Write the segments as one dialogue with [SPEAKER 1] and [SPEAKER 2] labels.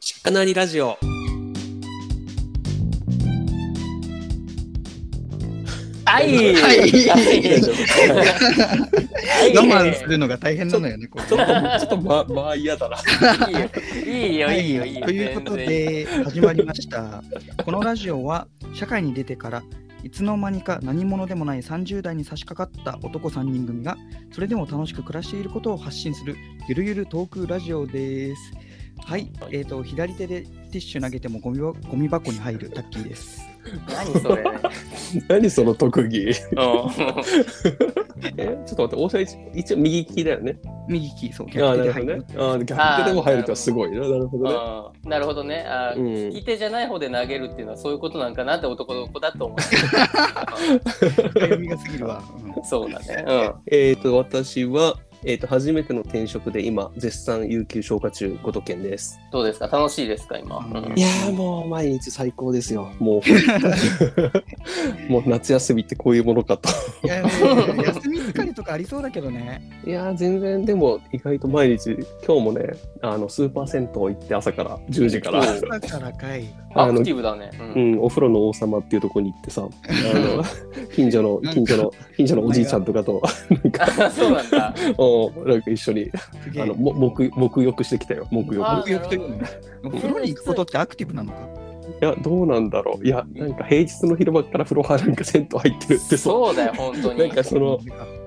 [SPEAKER 1] しゃかなにラジオ。
[SPEAKER 2] はい。
[SPEAKER 3] はい
[SPEAKER 2] はい
[SPEAKER 3] 我慢するのが大変なのよね、これ
[SPEAKER 1] ちょっと、ちょっと、ま、まあ嫌だな。
[SPEAKER 2] いいよ、いいよ、いいよ、いいよ。
[SPEAKER 3] ということで、始まりました。このラジオは、社会に出てから、いつの間にか何者でもない30代に差し掛かった男3人組が、それでも楽しく暮らしていることを発信する、ゆるゆるトークラジオです。はい、えっ、と、左手でティッシュ投げてもゴミはゴミ箱に入るタッキーです。
[SPEAKER 2] 何それ。
[SPEAKER 1] 何その特技。え、ち
[SPEAKER 2] う
[SPEAKER 1] ょっと待って、大沢一一応右利きだよね。
[SPEAKER 3] 右利き、そう、
[SPEAKER 1] ああ
[SPEAKER 3] 逆
[SPEAKER 1] ー、
[SPEAKER 3] 手
[SPEAKER 1] な
[SPEAKER 3] で
[SPEAKER 1] るほどね。。ああー、逆手で
[SPEAKER 3] 入る
[SPEAKER 1] も入るとはすごいな。なるほどね。
[SPEAKER 2] ん。なるほどね。あ
[SPEAKER 1] う、ん
[SPEAKER 2] 利き手じゃない方で投げるっていうのはそういうことなんかなって男の子だと思
[SPEAKER 3] 読みが過ぎるわ。うん
[SPEAKER 2] う。そうだね。う
[SPEAKER 1] えっ、と、私は、えっ、と、初めての転職で今、絶賛有給消化中、ごとけんです。
[SPEAKER 2] ん。どうですか楽しいですか今。うん
[SPEAKER 1] いやー、もう毎日最高ですよ。も う、もう夏休みってこういうものかと。
[SPEAKER 3] いやいやいや休み疲れとかありそうだけどね。
[SPEAKER 1] いやー、全然、でも、意外と毎日、今日もね、あの、スーパー銭湯行って、朝から、10時から。
[SPEAKER 2] お
[SPEAKER 3] だからかい。
[SPEAKER 2] アクティブだね。う。
[SPEAKER 1] うんん、お風呂の王様っていうところに行ってさ、あ の近所の近所の近所のおじいちゃんとかとなんか
[SPEAKER 2] あ そうなん だ。
[SPEAKER 1] おなんか一緒に
[SPEAKER 3] すげえ
[SPEAKER 1] あのも沐沐浴してきたよ沐浴い
[SPEAKER 2] あ
[SPEAKER 3] 沐浴というのねお風呂に行くことってアクティブなのか
[SPEAKER 1] やどうなんだろういやなんか平日の昼間から風呂入らなんか銭湯入ってるってそ
[SPEAKER 2] そうだよ、本当
[SPEAKER 1] うな
[SPEAKER 2] に
[SPEAKER 1] ん。かその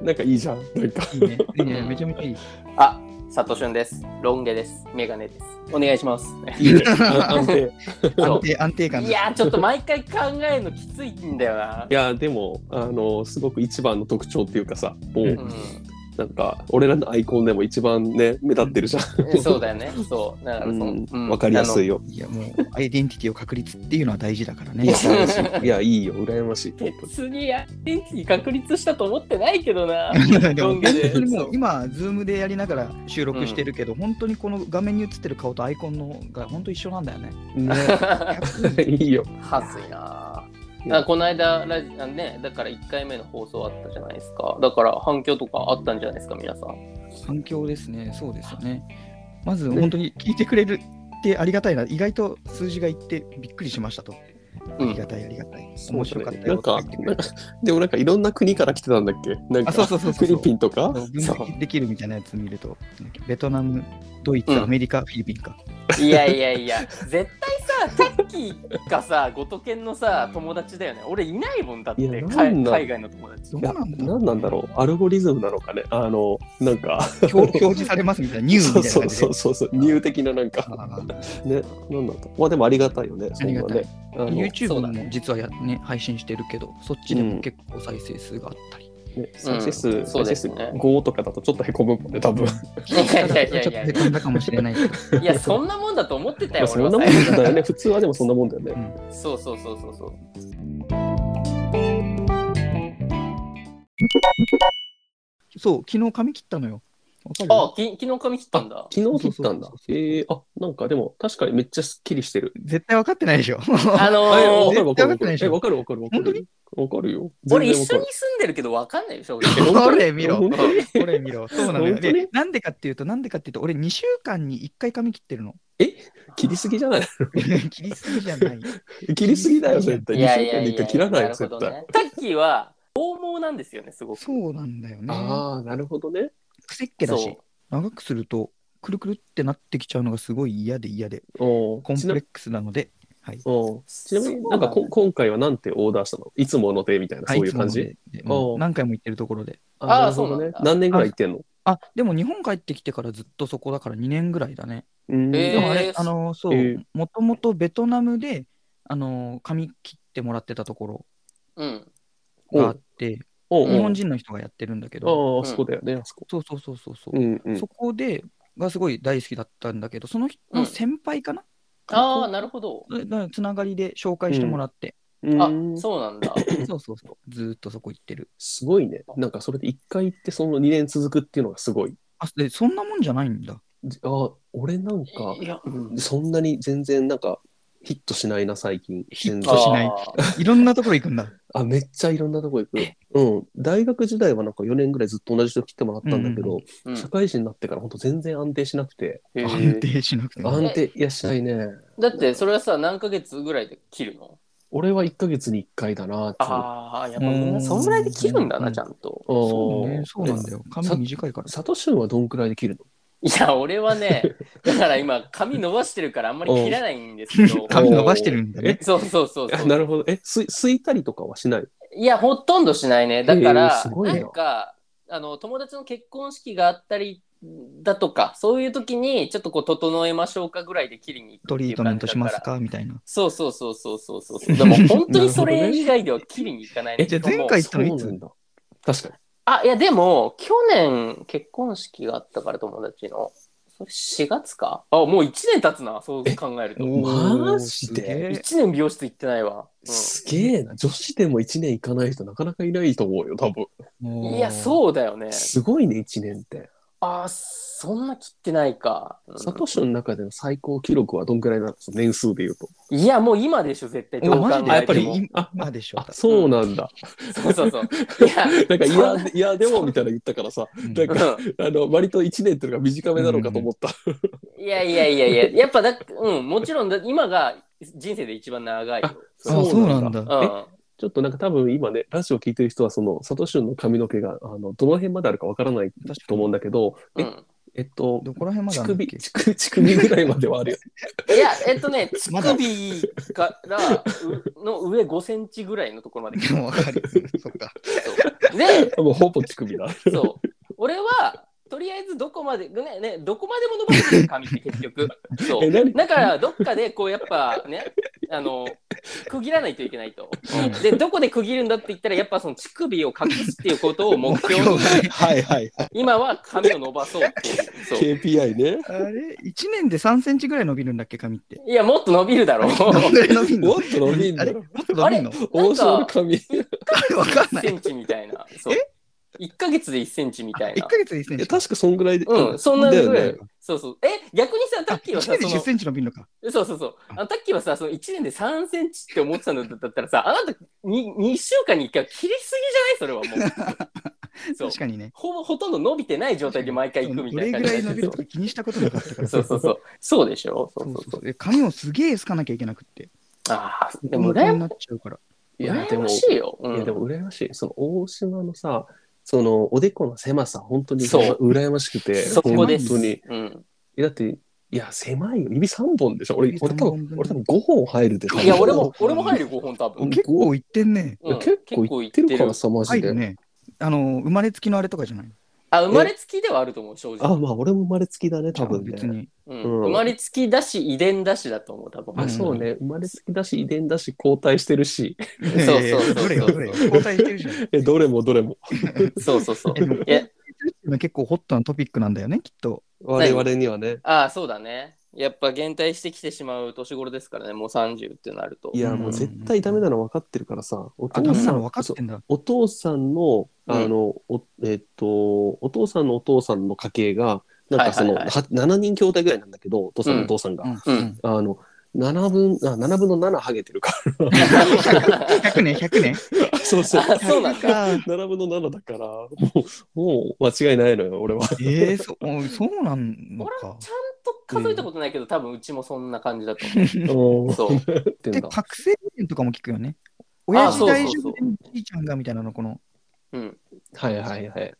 [SPEAKER 1] なんかいいじゃんなんか
[SPEAKER 3] いいね。いいね。めちゃめちゃいい。
[SPEAKER 2] あ、佐藤俊です。ロン毛です。メガネです。お願いします。
[SPEAKER 1] いいねあ 安定
[SPEAKER 2] そう
[SPEAKER 3] 安定安定感
[SPEAKER 2] い
[SPEAKER 3] が。
[SPEAKER 2] やーちょっと毎回考えるのきついんだよな。
[SPEAKER 1] いやでもあのすごく一番の特徴っていうかさもう、
[SPEAKER 3] う
[SPEAKER 2] う
[SPEAKER 1] なんか俺らのアイコンでも一番ね目立ってるじゃん
[SPEAKER 2] ん、 そうだよね。そう。だからその、
[SPEAKER 1] うんわかりやすい
[SPEAKER 2] い。
[SPEAKER 1] よ
[SPEAKER 3] いやもうアイデンティティを確立っていうのは大事だから
[SPEAKER 1] い
[SPEAKER 3] ね
[SPEAKER 1] や。素晴 らしいいやいいよ羨ましい
[SPEAKER 2] あの別にアイデンティティ確立したと思ってないけど な。
[SPEAKER 3] でも
[SPEAKER 2] ロン毛で
[SPEAKER 3] 本当にもう今、ズームでやりながら収録してるけど、本当にこの画面に映ってる顔とアイコンのが本当一緒なんだよね。
[SPEAKER 1] ね いいよ
[SPEAKER 2] はずいな。あこの間ラジあね、だから1回目の放送あったじゃないですか。だから反響とかあったんじゃないですか、皆さん。
[SPEAKER 3] 環境ですね、そうですよね。まず本当に聞いてくれるってありがたいな、意外と数字がいってびっくりしましたと。あ
[SPEAKER 2] うん
[SPEAKER 3] りがたい、ありがたい。
[SPEAKER 1] そう
[SPEAKER 3] 面
[SPEAKER 1] だ
[SPEAKER 3] 白
[SPEAKER 1] ね
[SPEAKER 3] かったよ。
[SPEAKER 1] なんか
[SPEAKER 3] と言ってく
[SPEAKER 1] な
[SPEAKER 3] れ
[SPEAKER 1] ん
[SPEAKER 3] て
[SPEAKER 1] か、でもなんかいろんな国から来てたんだっけなんか
[SPEAKER 3] あ、そうそうそうそ
[SPEAKER 1] フ
[SPEAKER 3] うそ
[SPEAKER 1] ィ
[SPEAKER 3] う。
[SPEAKER 1] リピンとか
[SPEAKER 3] 分析できるみたいなやつ見ると、ベトナム、ドイツ、
[SPEAKER 2] うん
[SPEAKER 3] アメリカ、フィリピンか。
[SPEAKER 2] いやいやいや、絶対さ、タッキーがさ、ごとけんのさ、友達だよね。俺いないもんだっ
[SPEAKER 1] い
[SPEAKER 2] て、
[SPEAKER 1] や
[SPEAKER 2] か
[SPEAKER 1] なん
[SPEAKER 2] 海
[SPEAKER 1] だ
[SPEAKER 2] 外の友達
[SPEAKER 3] ど。う
[SPEAKER 1] いや
[SPEAKER 3] なんだ
[SPEAKER 1] なんなんだろうアルゴリズムなのかねあのなんか
[SPEAKER 3] 表表示されますみたいな、ニュー
[SPEAKER 1] そう
[SPEAKER 3] みたいな
[SPEAKER 1] そ
[SPEAKER 3] 感
[SPEAKER 1] う
[SPEAKER 3] じで
[SPEAKER 1] そう。そうそう入的ななんか
[SPEAKER 3] あ
[SPEAKER 1] ね
[SPEAKER 3] ー
[SPEAKER 1] なんなんだまあでもありがたいよねそんな
[SPEAKER 3] ありがた
[SPEAKER 1] ね
[SPEAKER 3] い
[SPEAKER 1] あのね
[SPEAKER 3] YouTube
[SPEAKER 2] そうだ
[SPEAKER 3] も実はや、ね、配信してるけど、そっちでも結構再生数があったり。
[SPEAKER 1] 再生数、
[SPEAKER 2] うんそう
[SPEAKER 1] 再生
[SPEAKER 2] です
[SPEAKER 1] 数
[SPEAKER 2] ね
[SPEAKER 1] 5とかだとちょっとへこむもんね多分
[SPEAKER 2] いやいやい
[SPEAKER 3] ちょ
[SPEAKER 2] や
[SPEAKER 3] っ
[SPEAKER 2] い
[SPEAKER 3] と
[SPEAKER 2] や
[SPEAKER 3] へこんだかもしれないけど。
[SPEAKER 2] いや、そんなもんだと思ってた
[SPEAKER 1] まあ
[SPEAKER 2] よ、
[SPEAKER 1] そん
[SPEAKER 2] 俺
[SPEAKER 1] な
[SPEAKER 2] は
[SPEAKER 1] もん
[SPEAKER 2] 最初。
[SPEAKER 1] だよね普通はでもそんなもんだよね
[SPEAKER 2] そうそうそうそうそう。
[SPEAKER 3] そう、昨日髪切ったのよ。わかる
[SPEAKER 2] あ、き昨日髪切ったんだ。
[SPEAKER 1] 昨日切ったんだ
[SPEAKER 3] そうそうそうそ
[SPEAKER 1] え
[SPEAKER 3] う
[SPEAKER 1] ー、あなんかでも確かにめっちゃすっきりしてる
[SPEAKER 3] 絶対分かってないでしょ。
[SPEAKER 2] あの
[SPEAKER 1] あいやわ
[SPEAKER 2] ー、
[SPEAKER 1] かるわかるわかる
[SPEAKER 3] 絶
[SPEAKER 1] え
[SPEAKER 3] 対
[SPEAKER 1] わ
[SPEAKER 3] わ
[SPEAKER 1] かるわかるわか
[SPEAKER 3] 本当
[SPEAKER 1] る
[SPEAKER 3] に
[SPEAKER 1] わかるよ
[SPEAKER 2] 俺
[SPEAKER 1] 全
[SPEAKER 2] 一
[SPEAKER 1] 然わか
[SPEAKER 2] 緒に
[SPEAKER 1] る
[SPEAKER 2] 住んでるけど分かんないでしょ。
[SPEAKER 1] 本当に
[SPEAKER 3] これ見ろ。
[SPEAKER 1] 本当に
[SPEAKER 3] これ見ろ。そうなのよ。
[SPEAKER 1] 本当に
[SPEAKER 3] で、なんでかっていうと、なんでかっていうと、俺2週間に1回髪切ってるの。
[SPEAKER 1] 切りすぎじゃない
[SPEAKER 3] 切りすぎじゃない。
[SPEAKER 1] 切りすぎだよ、絶対。
[SPEAKER 2] い
[SPEAKER 1] 2
[SPEAKER 2] や
[SPEAKER 1] 週
[SPEAKER 2] いや
[SPEAKER 1] 間
[SPEAKER 2] い
[SPEAKER 1] に
[SPEAKER 2] や
[SPEAKER 1] 1回切らないよ、
[SPEAKER 2] るほ
[SPEAKER 1] 絶
[SPEAKER 2] ど
[SPEAKER 1] 対。
[SPEAKER 2] ね。タッキーは、剛毛なんですよね、すごく。
[SPEAKER 3] そうなんだよね。
[SPEAKER 1] ああ、なるほどね。
[SPEAKER 3] 癖っ気だし
[SPEAKER 2] そ、
[SPEAKER 3] 長くすると、くるくるってなってきちゃうのがすごい嫌で嫌で、
[SPEAKER 1] お
[SPEAKER 3] コン
[SPEAKER 1] ち
[SPEAKER 3] プ
[SPEAKER 1] な
[SPEAKER 3] レックスなので、はい。
[SPEAKER 1] おちなみ
[SPEAKER 2] そう
[SPEAKER 1] に
[SPEAKER 2] な
[SPEAKER 1] なんん
[SPEAKER 2] だ
[SPEAKER 1] かこ今回はなんてオーダーしたのいつものでみたいな、
[SPEAKER 3] は
[SPEAKER 1] そういう感
[SPEAKER 3] い
[SPEAKER 1] じ
[SPEAKER 3] つもので
[SPEAKER 1] お
[SPEAKER 3] う
[SPEAKER 1] うん
[SPEAKER 3] 何回も行ってるところで。
[SPEAKER 2] あー
[SPEAKER 1] なるほど
[SPEAKER 2] そうなんだ
[SPEAKER 1] 何年ぐらい行ってんの
[SPEAKER 3] あ、でも日本帰ってきてからずっとそこだから2年ぐらいだね。
[SPEAKER 1] うん
[SPEAKER 2] えー
[SPEAKER 3] でもあれ、あの、そ
[SPEAKER 1] え
[SPEAKER 3] う、もともとベトナムで、あの、髪切ってもらってたとこ
[SPEAKER 2] うん。
[SPEAKER 3] ろがあって、
[SPEAKER 1] おうおう
[SPEAKER 3] 日本人の人がやってるんだけ
[SPEAKER 1] あ
[SPEAKER 3] ど、
[SPEAKER 1] あ、あそこだよね、あそこ。
[SPEAKER 3] そうそうそうそうそう
[SPEAKER 1] う。んうん
[SPEAKER 3] そ。こでがすごい大好きだったんだけど、その人
[SPEAKER 2] うん
[SPEAKER 3] の先輩かな、
[SPEAKER 2] ああ、なるほど。
[SPEAKER 3] なつながりで紹介してもらって、
[SPEAKER 2] あ
[SPEAKER 1] うん、
[SPEAKER 2] そうなんだ。
[SPEAKER 3] そうそうそう、ずーっとそこ行ってる。
[SPEAKER 1] すごいね。なんかそれで1回行ってその2年続くっていうのがすごい。
[SPEAKER 3] あでそんなもんじゃないんだ。
[SPEAKER 1] ああ、俺なんか
[SPEAKER 2] いや、うん
[SPEAKER 1] そんなに全然なんかヒットしないな、最近。
[SPEAKER 3] ヒ
[SPEAKER 1] 全
[SPEAKER 3] ット
[SPEAKER 1] 然
[SPEAKER 3] しない
[SPEAKER 2] あー
[SPEAKER 3] いろんなところ行くんだ。
[SPEAKER 1] あ、めっちゃいろんなとこ行く。うん。大学時代はなんか4年ぐらいずっと同じ人来てもらったんだけど、
[SPEAKER 2] うん
[SPEAKER 1] 社会人になってから本当全然安定しなくて、
[SPEAKER 2] へえ
[SPEAKER 3] 安定しなくても。
[SPEAKER 1] 安定いやしないね。
[SPEAKER 2] だってそれはさ何ヶ月ぐらいで切るの
[SPEAKER 1] 俺は1ヶ月に1回だなっていう。
[SPEAKER 2] ああやっぱみんなそんぐらいで切るんだなちゃんと。
[SPEAKER 1] うん
[SPEAKER 3] そうね、そうなんだよ。髪
[SPEAKER 1] さ
[SPEAKER 3] 短いから。
[SPEAKER 1] サトシュンはどんくらいできる
[SPEAKER 2] いや俺はねだから今髪伸ばしてるからあんまり切らないんですけど
[SPEAKER 3] 髪伸ばしてるんだ ね。
[SPEAKER 2] そうそうそう
[SPEAKER 1] の
[SPEAKER 2] そう
[SPEAKER 1] なるほど。え、すすいたりとかはしない
[SPEAKER 2] いや、ほとんどしないね。だから、
[SPEAKER 1] へーすごいな
[SPEAKER 2] なんか、あの、友達の結婚式があったりだとか、そういう時に、ちょっとこう、整えましょうかぐらいで切りに行く
[SPEAKER 3] ト
[SPEAKER 2] ってい
[SPEAKER 3] リ
[SPEAKER 2] う
[SPEAKER 3] ートメントしま
[SPEAKER 2] 感
[SPEAKER 3] す
[SPEAKER 2] じだら。
[SPEAKER 3] かみたいな。
[SPEAKER 2] そうそうそうそうそうそう。でも、本当にそれ以外では切りに行か ない、
[SPEAKER 1] え
[SPEAKER 3] じゃあ前回行った
[SPEAKER 1] そう
[SPEAKER 3] の
[SPEAKER 1] ない
[SPEAKER 3] つ
[SPEAKER 1] んだ。確かに。
[SPEAKER 2] あ、いや、でも、去年、結婚式があったから、友達の。それ4月かあ、もう1年経つな、そう考えると。
[SPEAKER 1] おー
[SPEAKER 2] 1
[SPEAKER 3] おー
[SPEAKER 1] す
[SPEAKER 3] す
[SPEAKER 1] げ
[SPEAKER 3] げ
[SPEAKER 1] え
[SPEAKER 3] え
[SPEAKER 2] 年美容室行ってないわ。
[SPEAKER 1] すげえな。女子でも1年行かない人なかなかいないと思うよ、多分。
[SPEAKER 2] うん
[SPEAKER 3] い
[SPEAKER 2] いや、そうだよね。
[SPEAKER 1] すごいね、1年って。
[SPEAKER 2] あー、そんな切ってないか。うん
[SPEAKER 1] サトシュンの中での最高記録はどんくらいなのその年数で言うと。
[SPEAKER 2] いや、もう今でしょ、絶対。どう
[SPEAKER 3] お
[SPEAKER 2] 考
[SPEAKER 3] マ
[SPEAKER 2] えて
[SPEAKER 3] ジで
[SPEAKER 2] も。
[SPEAKER 1] あやっぱりい
[SPEAKER 3] 今今でしょ
[SPEAKER 1] あ、。そうなんだ。
[SPEAKER 2] そうそうそう。いや、
[SPEAKER 1] なんか、い
[SPEAKER 2] そん
[SPEAKER 1] や、いや、でもみたいな言ったからさ、
[SPEAKER 3] うん
[SPEAKER 1] なんか
[SPEAKER 2] う
[SPEAKER 1] あの、割と1年っていうのが短めなのかと思った。
[SPEAKER 2] んいやいやいやいや、やっぱだ、うん、もちろんだ、今が人生で一番長いよ。
[SPEAKER 3] あ、そうなん
[SPEAKER 1] え
[SPEAKER 3] だ。
[SPEAKER 2] うん。
[SPEAKER 1] ちょっとなんか多分今ね、ラジオ聞いてる人は、その、サトシュンの髪の毛が、あの、どの辺まであるかわからない
[SPEAKER 3] 確
[SPEAKER 1] と思うんだけど、
[SPEAKER 2] う
[SPEAKER 1] え
[SPEAKER 2] ん、
[SPEAKER 1] えっと、
[SPEAKER 3] どこら辺まで
[SPEAKER 1] 乳
[SPEAKER 3] あるん
[SPEAKER 1] 首、
[SPEAKER 3] だっけ
[SPEAKER 1] 乳首、乳首ぐらいまではあるよ。
[SPEAKER 2] いや、えっとね、乳
[SPEAKER 3] まだ
[SPEAKER 2] 首からうの上5センチぐらいのところまで来
[SPEAKER 3] でも分かる。 そ っか。
[SPEAKER 2] た。で、
[SPEAKER 1] もうほぼ乳首だ。
[SPEAKER 2] そう。俺は、とりあえずどこまで、ね、ね、どこまでも伸ばしてる髪って結局。そ
[SPEAKER 1] え、
[SPEAKER 2] う。
[SPEAKER 1] 何
[SPEAKER 2] だから、どっかで、こう、やっぱね、あの、区切らないといけないと。で、どこで区切るんだって言ったら、やっぱその乳首を隠すっていうことを目標
[SPEAKER 1] は
[SPEAKER 2] に、
[SPEAKER 1] いはいはい。
[SPEAKER 2] 今は髪を伸ばそうっていう。そう
[SPEAKER 1] KPI ね。
[SPEAKER 3] あれ ?1 年で3センチぐらい伸びるんだっけ、髪って。
[SPEAKER 2] いや、もっと伸びるだろう。
[SPEAKER 3] どんぐらい伸 びんの
[SPEAKER 1] もっと伸びん
[SPEAKER 3] あ
[SPEAKER 1] だ
[SPEAKER 3] れ
[SPEAKER 1] よ
[SPEAKER 3] もっと伸びんの
[SPEAKER 1] 王将の髪。
[SPEAKER 3] あれ分かん
[SPEAKER 2] 1
[SPEAKER 3] な
[SPEAKER 2] セ
[SPEAKER 3] い。
[SPEAKER 2] ンチみたいな。そう。1ヶ月で1センチみたい
[SPEAKER 3] 1
[SPEAKER 2] な
[SPEAKER 3] ヶ。月で1セン
[SPEAKER 1] いや
[SPEAKER 3] チ。
[SPEAKER 1] 確かそんぐらいで。
[SPEAKER 2] うん、そんな
[SPEAKER 1] だ
[SPEAKER 2] ぐ
[SPEAKER 1] よ
[SPEAKER 2] らい。
[SPEAKER 1] ね。
[SPEAKER 2] そうそう。え、逆にさ、タッキーは
[SPEAKER 3] 1
[SPEAKER 2] さ、
[SPEAKER 3] 年で
[SPEAKER 2] そ
[SPEAKER 3] 10
[SPEAKER 2] の
[SPEAKER 3] センチ伸びるのか。
[SPEAKER 2] そうそうそう。あのタッキーはさ、その1年で3センチって思ってたんだったらさ、あなたに 2, 週間に1回切りすぎじゃないそれはも う。そう
[SPEAKER 3] 確かにね。
[SPEAKER 2] ほぼほとんど伸びてない状態で毎回行くみたいな
[SPEAKER 3] どれぐらい
[SPEAKER 2] 感じ
[SPEAKER 3] 伸び
[SPEAKER 2] で
[SPEAKER 3] るとか気にしたことなかったか ら。
[SPEAKER 2] そうそうそう。そうでしょそう
[SPEAKER 3] そう
[SPEAKER 2] そう
[SPEAKER 3] そ
[SPEAKER 2] そうう。
[SPEAKER 3] で髪をすげえすかなきゃいけなくって。
[SPEAKER 2] ああ、で
[SPEAKER 3] こ
[SPEAKER 2] も
[SPEAKER 3] んなに
[SPEAKER 2] 羨
[SPEAKER 3] なっちゃうから。
[SPEAKER 1] いや、で
[SPEAKER 2] 羨
[SPEAKER 1] も、
[SPEAKER 2] ま
[SPEAKER 1] い
[SPEAKER 2] しいよ。うん
[SPEAKER 1] や、でも羨ましい。その大島のさ、そのおでこの狭さ、本当に
[SPEAKER 2] そう
[SPEAKER 1] 羨ましくて、
[SPEAKER 2] そこです。
[SPEAKER 1] 本当に。
[SPEAKER 2] うん、
[SPEAKER 1] えだって、いや、狭いよ。指3本でしょ。俺、
[SPEAKER 3] 指
[SPEAKER 1] 俺
[SPEAKER 3] 三
[SPEAKER 1] 多
[SPEAKER 3] 本
[SPEAKER 1] 分
[SPEAKER 3] 分、
[SPEAKER 1] 俺多分5本入るで。多分
[SPEAKER 2] いや、俺も、俺も入る5本多
[SPEAKER 1] うん
[SPEAKER 2] 分。
[SPEAKER 3] 結構いってんね。
[SPEAKER 1] いや結構いってるからさ、マジ
[SPEAKER 3] 入
[SPEAKER 1] で。
[SPEAKER 3] るね。あの、生まれつきのあれとかじゃない
[SPEAKER 2] あ、生まれつきではあると思う、正
[SPEAKER 1] あ、
[SPEAKER 2] 直。
[SPEAKER 1] まあ、俺も生まれつきだね、多分ね。
[SPEAKER 3] 別に。
[SPEAKER 2] うん
[SPEAKER 1] うん
[SPEAKER 2] 生まれつきだし、遺伝だしだと思う、多分。
[SPEAKER 1] あ、そうね。生まれつきだし、遺伝だし、交代してるし。
[SPEAKER 3] そう
[SPEAKER 2] そうそう
[SPEAKER 3] どれよ、どれよ。交代してるじゃん。
[SPEAKER 1] え、どれもどれも。
[SPEAKER 2] そうそうそう。
[SPEAKER 3] えで
[SPEAKER 2] い
[SPEAKER 3] も
[SPEAKER 2] や、
[SPEAKER 3] 結構ホットなトピックなんだよね、きっと。
[SPEAKER 1] 我々にはね。
[SPEAKER 2] ああ、そうだね。やっぱ減退してきてしまう年頃ですからね、もう30ってなると。
[SPEAKER 1] いや、もう絶対ダメなの分かってるからさ。お
[SPEAKER 3] あ、
[SPEAKER 1] 父
[SPEAKER 3] ダメ
[SPEAKER 1] さ、
[SPEAKER 3] なんの分かってんだ。
[SPEAKER 1] お父さんの、
[SPEAKER 2] うん
[SPEAKER 1] あの、おえっと、お父さんのお父さんの家系が、なんかその、
[SPEAKER 2] はいはい
[SPEAKER 1] は7人兄弟ぐらいなんだけど、お父さんのお父さんが、
[SPEAKER 2] うん
[SPEAKER 1] あの、7分、あ7分の7ハゲてるか
[SPEAKER 3] 100年、100年。
[SPEAKER 1] ら。そうそう。
[SPEAKER 2] あそうなんだ。
[SPEAKER 3] だ。
[SPEAKER 1] 7分の7だから、もう、もう間違いないのよ、俺は。
[SPEAKER 3] ええ、そおいそうなんのか。
[SPEAKER 2] ちゃんと数えたことないけど、多分うちもそんな感じだと思
[SPEAKER 1] う
[SPEAKER 2] う。
[SPEAKER 1] ん
[SPEAKER 2] そう。
[SPEAKER 1] ってん
[SPEAKER 3] で、
[SPEAKER 1] だ
[SPEAKER 3] 覚醒遺伝とかも聞くよね。
[SPEAKER 2] あ
[SPEAKER 3] 親父
[SPEAKER 2] そうそう
[SPEAKER 3] 大
[SPEAKER 2] そう
[SPEAKER 3] 丈夫でじいちゃんがみたいなの、この。
[SPEAKER 2] うん。
[SPEAKER 1] はいはいはい。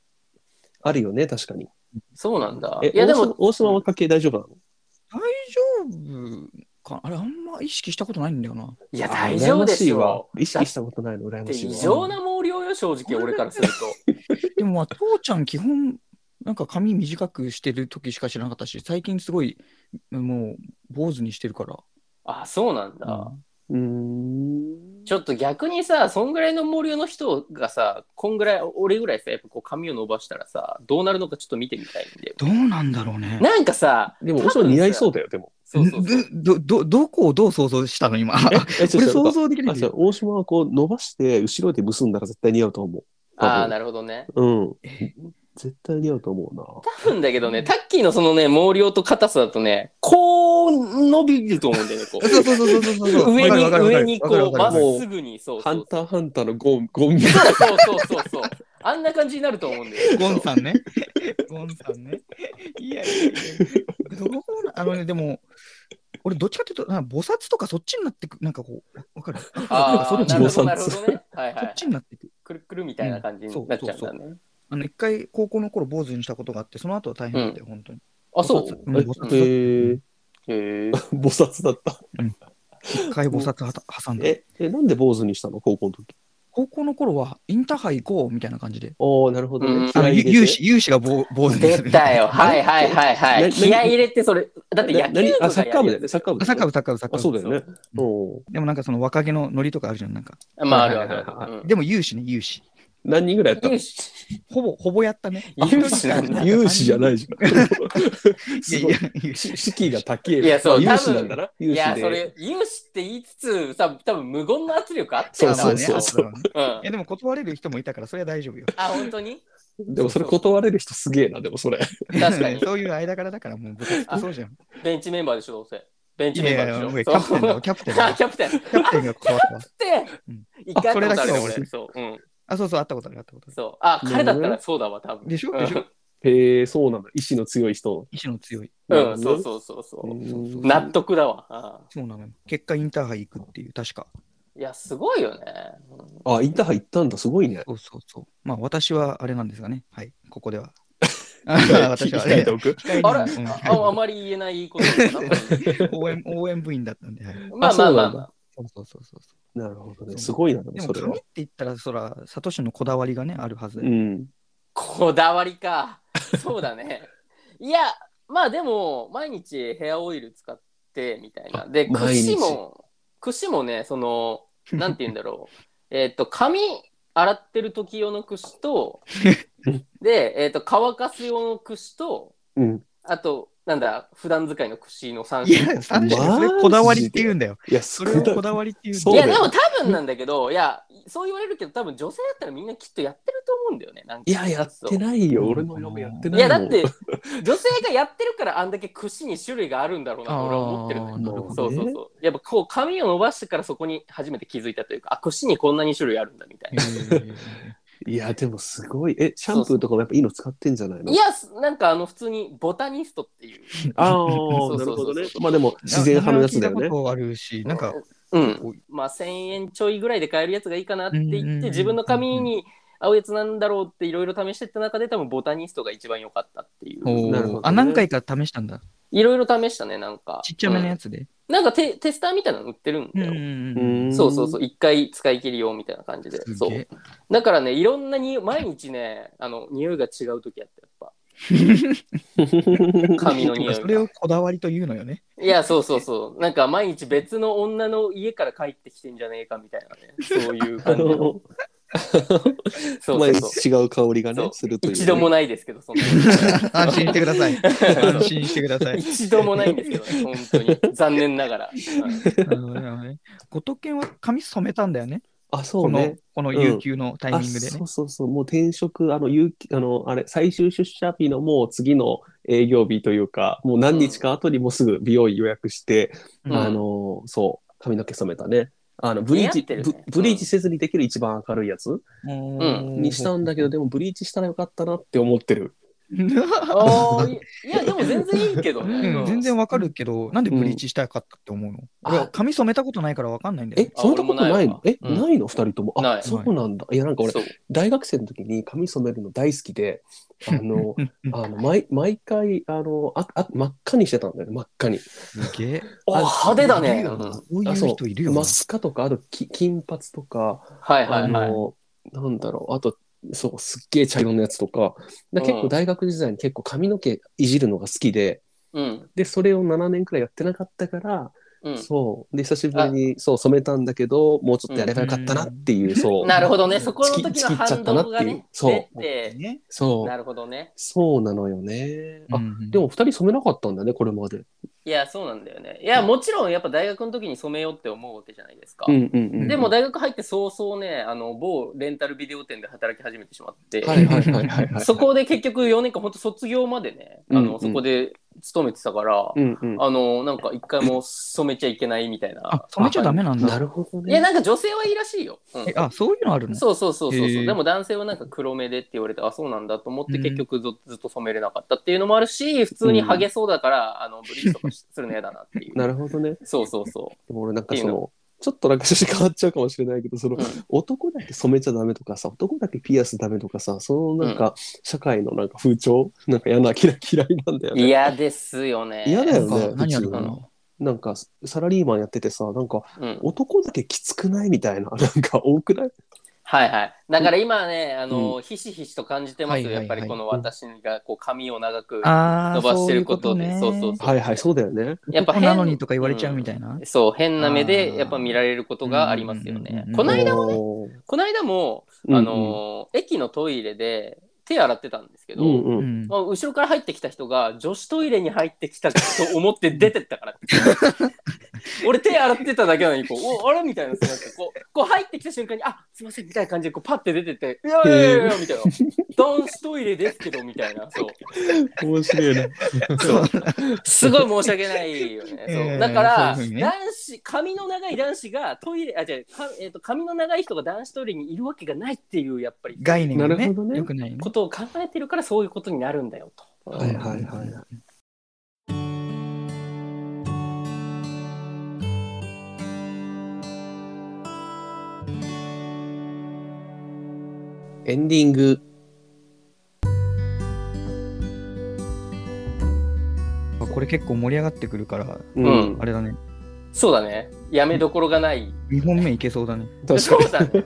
[SPEAKER 1] あるよね、確かに。
[SPEAKER 2] そうなんだ。
[SPEAKER 1] え、
[SPEAKER 2] いや、で
[SPEAKER 1] 大島
[SPEAKER 2] も、
[SPEAKER 1] 大島は家系大丈夫なの
[SPEAKER 3] 大丈夫かあれ、あんま意識したことないんだよな。
[SPEAKER 2] いや、大丈夫ですよ。
[SPEAKER 1] 意識したことないの、羨
[SPEAKER 2] っ
[SPEAKER 1] ま
[SPEAKER 2] て
[SPEAKER 1] しいわ。
[SPEAKER 2] 異常な毛量よ、正直、俺からすると。
[SPEAKER 3] でも、まあ、父ちゃん、基本、なんか髪短くしてる時しか知らなかったし、最近すごい、もう、坊主にしてるから。
[SPEAKER 2] あ、そうなんだ。
[SPEAKER 1] うーん。
[SPEAKER 2] ちょっと逆にさ、そんぐらいの毛量の人がさ、こんぐらい、俺ぐらいさ、やっぱこう髪を伸ばしたらさ、どうなるのかちょっと見てみたいんで。
[SPEAKER 3] どうなんだろうね。
[SPEAKER 2] なんかさ、
[SPEAKER 1] でも、大島似合いそうだよ、でも。
[SPEAKER 2] そうそう そう。
[SPEAKER 3] ど、ど、どこをどう想像したの今。
[SPEAKER 1] え、ちょ
[SPEAKER 3] 俺
[SPEAKER 1] っと
[SPEAKER 3] 想像できな
[SPEAKER 1] あ
[SPEAKER 3] い
[SPEAKER 1] そう大島はこう伸ばして後ろで結んだら絶対似合うと思う。多分
[SPEAKER 2] ああ、なるほどね。
[SPEAKER 1] うん。
[SPEAKER 3] え
[SPEAKER 1] 絶対似合うと思う
[SPEAKER 2] 多分だけどね、タッキーのそのね、毛量と硬さだとね、こう伸びると思うんだよね、こう。
[SPEAKER 3] そうそうそうそうそうそう。
[SPEAKER 2] 上に、
[SPEAKER 3] わかるわか
[SPEAKER 2] 上
[SPEAKER 3] る
[SPEAKER 2] に、
[SPEAKER 3] わかる
[SPEAKER 2] こ
[SPEAKER 3] わ
[SPEAKER 2] う、
[SPEAKER 3] かる
[SPEAKER 2] ま
[SPEAKER 3] わ
[SPEAKER 2] っ
[SPEAKER 3] かる
[SPEAKER 2] すぐに、そう
[SPEAKER 1] ハ
[SPEAKER 2] そ
[SPEAKER 1] ン
[SPEAKER 2] う。
[SPEAKER 1] ターハンターのゴン、ゴンみたいな。
[SPEAKER 2] そうそうそうそうそう。あんな感じになると思うんだよね。
[SPEAKER 3] ゴンさんね。 ゴンさんね。いやいやいや。どうあのね、でも、俺、どっちかっていうと、なんか菩薩とかそっちになってく、なんかこう、わかる
[SPEAKER 2] あ
[SPEAKER 3] そっ
[SPEAKER 2] あ、
[SPEAKER 3] ち
[SPEAKER 2] な
[SPEAKER 1] の
[SPEAKER 2] るほど、なるほどね。はいは
[SPEAKER 3] そっ
[SPEAKER 2] い。
[SPEAKER 3] ちになってく。
[SPEAKER 2] くるくるみたいな感じになっちゃうんだね。
[SPEAKER 3] あの、一回、高校の頃、坊主にしたことがあって、その後は大変だったよ、本当に。
[SPEAKER 2] あ、そ
[SPEAKER 3] 菩薩
[SPEAKER 2] う。
[SPEAKER 3] ん
[SPEAKER 1] え
[SPEAKER 3] 菩薩
[SPEAKER 1] へえ
[SPEAKER 2] へ え。
[SPEAKER 1] 菩薩だった。
[SPEAKER 3] 一回菩薩はた挟んで。
[SPEAKER 1] え、え、なんで坊主にしたの高校の時。
[SPEAKER 3] 高校の頃は、インターハイ行こうみたいな感じで。
[SPEAKER 1] おおなるほど
[SPEAKER 2] うん
[SPEAKER 1] ね。
[SPEAKER 3] あの、
[SPEAKER 1] 気合い入れて
[SPEAKER 3] 有志、有志が坊坊主にする
[SPEAKER 2] 出たよ。はいはいはいは。
[SPEAKER 1] ない
[SPEAKER 2] 気合い入れて、それ。だって野
[SPEAKER 1] な
[SPEAKER 2] 球
[SPEAKER 1] 何
[SPEAKER 2] 部が
[SPEAKER 1] あ、サッカー部だよ
[SPEAKER 2] やる
[SPEAKER 1] ね。
[SPEAKER 2] やつ
[SPEAKER 1] サッカー部
[SPEAKER 3] あ
[SPEAKER 1] だ
[SPEAKER 3] サッカー
[SPEAKER 1] よね。
[SPEAKER 3] 部、サッカー部、サッカ
[SPEAKER 1] あ、
[SPEAKER 3] ー
[SPEAKER 1] そう
[SPEAKER 3] 部。
[SPEAKER 1] だよね。
[SPEAKER 3] う
[SPEAKER 1] おー
[SPEAKER 3] でもなんかその若気のノリとかあるじゃん、なんか。
[SPEAKER 2] まあ、あるあ
[SPEAKER 1] はいはいは
[SPEAKER 2] る
[SPEAKER 1] い
[SPEAKER 2] あ
[SPEAKER 1] はい
[SPEAKER 2] る。うん
[SPEAKER 3] でも有志ね、有志。
[SPEAKER 1] 何人ぐらいやった
[SPEAKER 2] 有
[SPEAKER 1] の
[SPEAKER 2] 志
[SPEAKER 3] ほぼ、ほぼやったね。
[SPEAKER 2] 有志なん だ
[SPEAKER 1] 有志じゃないじゃん。
[SPEAKER 3] いや
[SPEAKER 1] す
[SPEAKER 3] い
[SPEAKER 1] ごい
[SPEAKER 3] や。、有志
[SPEAKER 1] し士気が高え。
[SPEAKER 2] いやそう
[SPEAKER 1] 有志なんだな。有
[SPEAKER 2] い
[SPEAKER 1] 志
[SPEAKER 2] や、そ
[SPEAKER 1] で。
[SPEAKER 2] れ、有志って言いつつ、さ、多分無言の圧力あった
[SPEAKER 1] そ
[SPEAKER 2] よ
[SPEAKER 1] う
[SPEAKER 2] な。
[SPEAKER 1] そうそう
[SPEAKER 3] まあ
[SPEAKER 2] う
[SPEAKER 3] ね
[SPEAKER 2] ん
[SPEAKER 3] いやでも断れる人もいたから、それは大丈夫よ。
[SPEAKER 2] あ、本当に
[SPEAKER 1] でもそれ断れる人すげえな、でもそれ。
[SPEAKER 2] 確かに
[SPEAKER 3] そういう間柄だから、もう部活ってそうじゃん。
[SPEAKER 2] ベンチメンバーでしょ、どうせ。ベン
[SPEAKER 3] い
[SPEAKER 2] チメンバ
[SPEAKER 3] やい
[SPEAKER 2] ー
[SPEAKER 3] や、も
[SPEAKER 2] で
[SPEAKER 3] う
[SPEAKER 2] し
[SPEAKER 3] キ
[SPEAKER 2] ょ。
[SPEAKER 3] ャプテンだ
[SPEAKER 2] そう
[SPEAKER 3] よ、キャプテンだ
[SPEAKER 2] あ、
[SPEAKER 3] よ。
[SPEAKER 2] キャプテン。キャ プ
[SPEAKER 3] キャプテンが関わったわ。
[SPEAKER 2] テ
[SPEAKER 3] うん
[SPEAKER 2] ン一回会ったことあるよ、
[SPEAKER 3] あそれだけ
[SPEAKER 2] 俺。そう。うん。
[SPEAKER 3] あ、そうそう、あったことある、あったことある。
[SPEAKER 2] そう。あ、彼だ
[SPEAKER 1] なる
[SPEAKER 2] った
[SPEAKER 1] ほど
[SPEAKER 2] ら
[SPEAKER 1] ね
[SPEAKER 2] そうだわ、多分。
[SPEAKER 3] でしょ
[SPEAKER 2] うん
[SPEAKER 3] でしょ
[SPEAKER 1] へえ、そうなんだ。意志の強い人。
[SPEAKER 3] 意志の強い。
[SPEAKER 2] うん、そうそうそうそう。
[SPEAKER 1] う
[SPEAKER 2] 納得だわ。あ
[SPEAKER 3] そうなのよ。結果、インターハイ行くっていう、確か。
[SPEAKER 2] ーいや、すごいよね。うん
[SPEAKER 1] あ、インターハイ行ったんだ。すご いね。
[SPEAKER 3] そうそうそう。まあ、私はあれなんですがね。はい、ここでは。
[SPEAKER 1] 聞
[SPEAKER 3] 私はあ
[SPEAKER 1] い
[SPEAKER 3] れ
[SPEAKER 1] て。おく。
[SPEAKER 3] 控えめ
[SPEAKER 2] あれ
[SPEAKER 3] にうん
[SPEAKER 2] ああまり言えないことか な。
[SPEAKER 3] 応援応援部員だったんで、はい。
[SPEAKER 2] まあまあまあまあ。
[SPEAKER 3] そうそうそうそう。
[SPEAKER 1] なるほどね。すごいな、でも
[SPEAKER 3] で
[SPEAKER 1] そ
[SPEAKER 3] も
[SPEAKER 1] れ
[SPEAKER 3] 紙っ
[SPEAKER 1] は
[SPEAKER 3] て。言ったらそらサトシのこだわりがねあるはず
[SPEAKER 1] う
[SPEAKER 3] で、
[SPEAKER 1] ん。
[SPEAKER 2] こだわり か。そうだね。いや、まあでも、毎日ヘアオイル使ってみたいな。で、
[SPEAKER 1] あ毎日
[SPEAKER 2] 櫛も、櫛もね、その、なんて言うんだろ う。えっと、髪洗ってる時用の 櫛と、で、えっと、乾かす用の櫛と、
[SPEAKER 1] うん。
[SPEAKER 2] あと、なんだ、普段使いの櫛の3
[SPEAKER 3] い
[SPEAKER 2] 種類。
[SPEAKER 3] や三種類
[SPEAKER 1] マ
[SPEAKER 3] そ
[SPEAKER 1] ジで
[SPEAKER 3] れこだわりって言うんだよ
[SPEAKER 1] いや、
[SPEAKER 3] そ
[SPEAKER 1] そ
[SPEAKER 3] れ
[SPEAKER 1] れ
[SPEAKER 3] を
[SPEAKER 1] は
[SPEAKER 3] こだわりって言うんだよ
[SPEAKER 2] い
[SPEAKER 1] そう
[SPEAKER 2] や、
[SPEAKER 1] だよ
[SPEAKER 2] でも多分なんだけど、いや、そう言われるけど、多分女性だったらみんなきっとやってると思うんだよね。なんか
[SPEAKER 1] いや、やってないよ。俺の嫁やってない
[SPEAKER 2] い
[SPEAKER 1] も
[SPEAKER 2] や
[SPEAKER 1] ん
[SPEAKER 2] だって女性がやってるからあんだけ櫛に種類があるんだろうなと俺は思ってるの
[SPEAKER 3] あー
[SPEAKER 2] よ。
[SPEAKER 3] なるほ
[SPEAKER 2] そ
[SPEAKER 3] ど
[SPEAKER 2] う
[SPEAKER 1] ね
[SPEAKER 2] そうそう。やっぱこう髪を伸ばしてからそこに初めて気づいたというか、あ、櫛にこんなに種類あるんだみたいな。
[SPEAKER 1] いや、でもすごい。え、シャンプーとかもやっぱいいの使ってんじゃないの
[SPEAKER 2] いや、すなんかあの普通にボタニストって いう。
[SPEAKER 1] ああ、
[SPEAKER 2] う
[SPEAKER 1] な
[SPEAKER 2] そう
[SPEAKER 1] る
[SPEAKER 2] そ
[SPEAKER 1] ほ
[SPEAKER 2] う
[SPEAKER 1] どね。まあでも、自然派のやつだよね
[SPEAKER 3] 名前は聞いた。ことあるしなんか
[SPEAKER 2] うん。
[SPEAKER 3] こう
[SPEAKER 2] まあ1000円ちょいぐらいで買えるやつがいいかなって
[SPEAKER 3] うんうん
[SPEAKER 2] 言
[SPEAKER 3] う
[SPEAKER 2] っ
[SPEAKER 3] ん
[SPEAKER 2] て、自分の髪に合うやつなんだろうっていろいろ試してった中で多分ボタニストが一番良かったってい
[SPEAKER 3] お
[SPEAKER 2] う。
[SPEAKER 3] ー
[SPEAKER 1] なるほどね
[SPEAKER 3] あ何回か試したんだ
[SPEAKER 2] いろいろ試したね、なんか。
[SPEAKER 3] ちっちゃめのや
[SPEAKER 2] つ。
[SPEAKER 3] つで、
[SPEAKER 2] なんかテテスターみたいなの売ってるん
[SPEAKER 3] うん
[SPEAKER 2] だよ。
[SPEAKER 3] うん
[SPEAKER 1] うん
[SPEAKER 2] そうそうそう、一回使い切りよみたいな感じで。
[SPEAKER 3] す
[SPEAKER 2] そ
[SPEAKER 3] げ
[SPEAKER 2] う
[SPEAKER 3] え。
[SPEAKER 2] だからね、いろんなに毎日ね、あの匂いが違う時あって、やっぱ。髪の匂い
[SPEAKER 3] それ
[SPEAKER 2] が。
[SPEAKER 3] をこだわりというのよね
[SPEAKER 2] いや、そうそうそう。なんか毎日別の女の家から帰ってきてんじゃねえかみたいなね。そういう
[SPEAKER 1] あ
[SPEAKER 2] 感じの。
[SPEAKER 1] の、
[SPEAKER 2] そうそう
[SPEAKER 1] 毎
[SPEAKER 2] そう。
[SPEAKER 1] 日違う香りが
[SPEAKER 2] そ
[SPEAKER 1] ね
[SPEAKER 2] う、
[SPEAKER 1] するというね。
[SPEAKER 2] 一度もないですけど、そんな
[SPEAKER 3] 安心してくださ い安心してください
[SPEAKER 2] 一度もないんですけどね、本当に。残念ながら。うん
[SPEAKER 3] なるほどね後藤健は髪染めたんだよね
[SPEAKER 1] あ、そうね。
[SPEAKER 3] この
[SPEAKER 1] う
[SPEAKER 3] この
[SPEAKER 1] ん
[SPEAKER 3] 有給のタイ
[SPEAKER 1] あ、
[SPEAKER 3] ミングでね、
[SPEAKER 1] そうそうそう。もう転職、あの、有期あの、あれ、最終出社日のもう次の営業日というか、もう何日か後にもうすぐ美容院予約して、
[SPEAKER 3] うん
[SPEAKER 1] あの、そう、髪の毛染めたね。あの、ブリーチ、
[SPEAKER 2] 似合ってるね
[SPEAKER 1] ブブリーチせずにできる一番明るいやつ
[SPEAKER 2] ん
[SPEAKER 1] にしたんだけど、でもブリーチしたらよかったなって思ってる。
[SPEAKER 2] あーいいや、でも全然いいけどね。
[SPEAKER 3] うん、全然わかるけど、なんでブリーチしたかったって思うの、
[SPEAKER 1] あ
[SPEAKER 3] 俺は髪染めたことないからわかんないんだよ
[SPEAKER 1] え
[SPEAKER 3] ね。、
[SPEAKER 1] 染めたことないの
[SPEAKER 2] 俺
[SPEAKER 1] え、
[SPEAKER 2] もないわうん
[SPEAKER 1] ないの二人とも。
[SPEAKER 2] な
[SPEAKER 1] あ、
[SPEAKER 2] い
[SPEAKER 1] そうなんだ。いや、なんか俺、
[SPEAKER 2] そう
[SPEAKER 1] 大学生の時に髪染めるの大好きで、あ の、
[SPEAKER 3] うんうん
[SPEAKER 1] あの毎毎回あのああ、真っ赤にしてたんだよね、真っ赤に。
[SPEAKER 3] すげえ。
[SPEAKER 2] お派手だね。う
[SPEAKER 3] いるよ
[SPEAKER 2] ん
[SPEAKER 3] なこうい
[SPEAKER 1] あ
[SPEAKER 3] う
[SPEAKER 1] そう
[SPEAKER 3] 人いるよな
[SPEAKER 1] マ。スカとか、あとき金髪とか、
[SPEAKER 2] はいは
[SPEAKER 1] あ
[SPEAKER 2] いはい。
[SPEAKER 1] の、なんだろう、あと、そう、すっげえ茶色のやつとか、だから結
[SPEAKER 2] う
[SPEAKER 1] 構
[SPEAKER 2] ん
[SPEAKER 1] 大学時代に結構髪の毛いじるのが好きで、
[SPEAKER 2] うん。
[SPEAKER 1] で、それを7年くらいやってなかったから、
[SPEAKER 2] うん。
[SPEAKER 1] そう、で、久しぶりに、そう、染めたんだけど、もうちょっとやればよかったなっていう、そう、
[SPEAKER 2] なるほどね、
[SPEAKER 3] うん
[SPEAKER 2] そこの時の反動がね、
[SPEAKER 1] チキチキっちゃったなっていう
[SPEAKER 2] 出て、
[SPEAKER 3] ね。
[SPEAKER 1] そう
[SPEAKER 2] な、るほどね。
[SPEAKER 1] そうなのよね。あ
[SPEAKER 3] う、ん
[SPEAKER 1] でも、二人染めなかったんだね、これまで。
[SPEAKER 2] いや、そうなんだよね。いや、もちろんやっぱ大学の時に染めようって思うわけじゃないですか。
[SPEAKER 1] うんうんうん。
[SPEAKER 2] でも大学入って早々ね、あの某レンタルビデオ店で働き始めてしまって、
[SPEAKER 1] はいはいはいはいはい。
[SPEAKER 2] そこで結局4年間、本当卒業までね、あ
[SPEAKER 1] うんう
[SPEAKER 2] の
[SPEAKER 1] ん
[SPEAKER 2] そこで勤めてたから、
[SPEAKER 1] うんうん。
[SPEAKER 2] あのなんか一回も染めちゃいけないみたい
[SPEAKER 3] あ
[SPEAKER 2] な、。
[SPEAKER 3] 染めちゃダメなん
[SPEAKER 1] な
[SPEAKER 3] だ。
[SPEAKER 1] るほど
[SPEAKER 2] いや、
[SPEAKER 1] ね。
[SPEAKER 2] なんか女性はいいらしいよ。うん
[SPEAKER 3] えあ、そういうのあるの
[SPEAKER 2] そうそうそうそうそう、
[SPEAKER 3] へー
[SPEAKER 2] でも男性はなんか黒目でって言われてあそうなんだと思って結局ず,、ずっと染めれなかったっていうのもあるし普通にハゲそうだから、あのブリーチとかしするの嫌だなっていう
[SPEAKER 1] なるほどね。
[SPEAKER 2] そうそうそ
[SPEAKER 1] でも俺なんか
[SPEAKER 2] ってい
[SPEAKER 1] そうの、ちょっとなんか趣旨変わっちゃうかもしれないけど、その
[SPEAKER 2] う、うん
[SPEAKER 1] 男だけ染めちゃダメとかさ、男だけピアスダメとかさ、そのなんか、社会のなんか風潮、なんか嫌な、嫌い嫌いなんだよね。
[SPEAKER 2] 嫌ですよね
[SPEAKER 1] 嫌だよ
[SPEAKER 3] なん
[SPEAKER 1] ね
[SPEAKER 3] か何やるか
[SPEAKER 2] う
[SPEAKER 3] なん
[SPEAKER 1] なんか、サラリーマンやっててさ、なんか、
[SPEAKER 2] うん、
[SPEAKER 1] 男だけきつくないみたいな、 なんか多くない
[SPEAKER 2] はいはいだから今ねあの、ひしひしと感じてますよ、
[SPEAKER 3] はいはいはい
[SPEAKER 2] やっぱりこの私がこう髪を長く
[SPEAKER 3] あー
[SPEAKER 2] 伸ばしてることで
[SPEAKER 3] そ
[SPEAKER 2] そう
[SPEAKER 3] ういうことね
[SPEAKER 2] そうそう
[SPEAKER 1] はいはい、そうだよね。
[SPEAKER 2] やっぱ
[SPEAKER 3] 男
[SPEAKER 2] 変
[SPEAKER 3] なのにとか言われちゃうみたいな。
[SPEAKER 2] そう変な目
[SPEAKER 3] あー
[SPEAKER 2] でやっぱ見られることがありますよ
[SPEAKER 3] うんうんう
[SPEAKER 2] ね
[SPEAKER 3] んうん
[SPEAKER 2] この間も
[SPEAKER 1] も
[SPEAKER 2] この間もあのー駅のトイレで手洗ってたんですけど、
[SPEAKER 1] うんうん。う
[SPEAKER 3] うんん
[SPEAKER 2] まあ、後ろから入ってきた人が女子トイレに入ってきたと思って出てったから 俺手洗ってただけなのにこうおあれみたいなそうなんかこうこう入ってきた瞬間にあすいませんみたいな感じでこうパッて出てっていやいやいやいやみたいな男子トイレですけどみたいなそう
[SPEAKER 1] 面白いな。
[SPEAKER 3] そう
[SPEAKER 2] すごい申し訳ないよね。そう
[SPEAKER 3] えー
[SPEAKER 2] だから、
[SPEAKER 3] そういうふうにね
[SPEAKER 2] 男子、髪の長い男子がトイレ、あ、違う、かえっ、と、髪の長い人が男子トイレにいるわけがないっていう、やっぱり、
[SPEAKER 3] 概念が
[SPEAKER 1] な
[SPEAKER 3] ね
[SPEAKER 1] るほどね
[SPEAKER 3] よくないね。
[SPEAKER 2] ことを考えてるから、そういうことになるんだよと。
[SPEAKER 1] はいはいはい。エンディング。
[SPEAKER 3] これ結構盛り上がってくるから、
[SPEAKER 1] うん
[SPEAKER 3] あれだね。
[SPEAKER 2] そうだね。やめどころがない。
[SPEAKER 3] 2本目いけそうだね。
[SPEAKER 1] 確
[SPEAKER 2] そう
[SPEAKER 1] か
[SPEAKER 2] だね。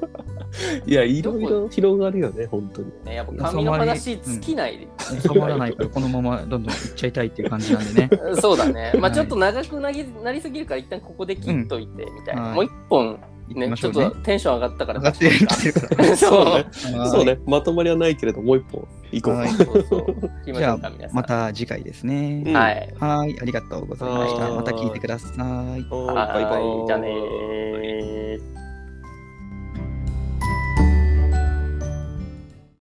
[SPEAKER 1] に。いや、いろいろ広がるよね、本当に。
[SPEAKER 2] ねやっ ぱ髪の話尽きないで。
[SPEAKER 3] 収まらないから、このままどんどんいっちゃいたいっていう感じなんでね。
[SPEAKER 2] そう だね。ま
[SPEAKER 3] は
[SPEAKER 2] あ
[SPEAKER 3] い
[SPEAKER 2] ちょっと長くなぎなりすぎるから、一旦ここで切っといて、みたい
[SPEAKER 3] は
[SPEAKER 2] な。
[SPEAKER 3] い
[SPEAKER 2] もう一本、
[SPEAKER 3] 行き
[SPEAKER 2] ね、
[SPEAKER 3] まし
[SPEAKER 2] ち
[SPEAKER 3] ょ
[SPEAKER 2] ょ
[SPEAKER 3] う
[SPEAKER 2] っ
[SPEAKER 3] ね。
[SPEAKER 2] とテンション上がったから。
[SPEAKER 3] 上がってる来てるから。
[SPEAKER 2] そう。
[SPEAKER 1] そうね。まとまりはないけれど、もう一本行こう。
[SPEAKER 3] は
[SPEAKER 1] はいい。
[SPEAKER 2] そうそう。行きま
[SPEAKER 3] じ
[SPEAKER 2] し
[SPEAKER 3] ゃ
[SPEAKER 2] ょ
[SPEAKER 3] あ
[SPEAKER 2] うか、皆さん。
[SPEAKER 3] また次回です
[SPEAKER 1] う
[SPEAKER 3] ね
[SPEAKER 1] ん。
[SPEAKER 2] はい。
[SPEAKER 3] はい、ありがとうございまし
[SPEAKER 1] は
[SPEAKER 3] た。
[SPEAKER 1] い
[SPEAKER 3] また聞いてください。
[SPEAKER 1] バイ
[SPEAKER 2] バ
[SPEAKER 1] バ
[SPEAKER 2] イバ
[SPEAKER 1] イ。
[SPEAKER 2] イ。じゃあねー。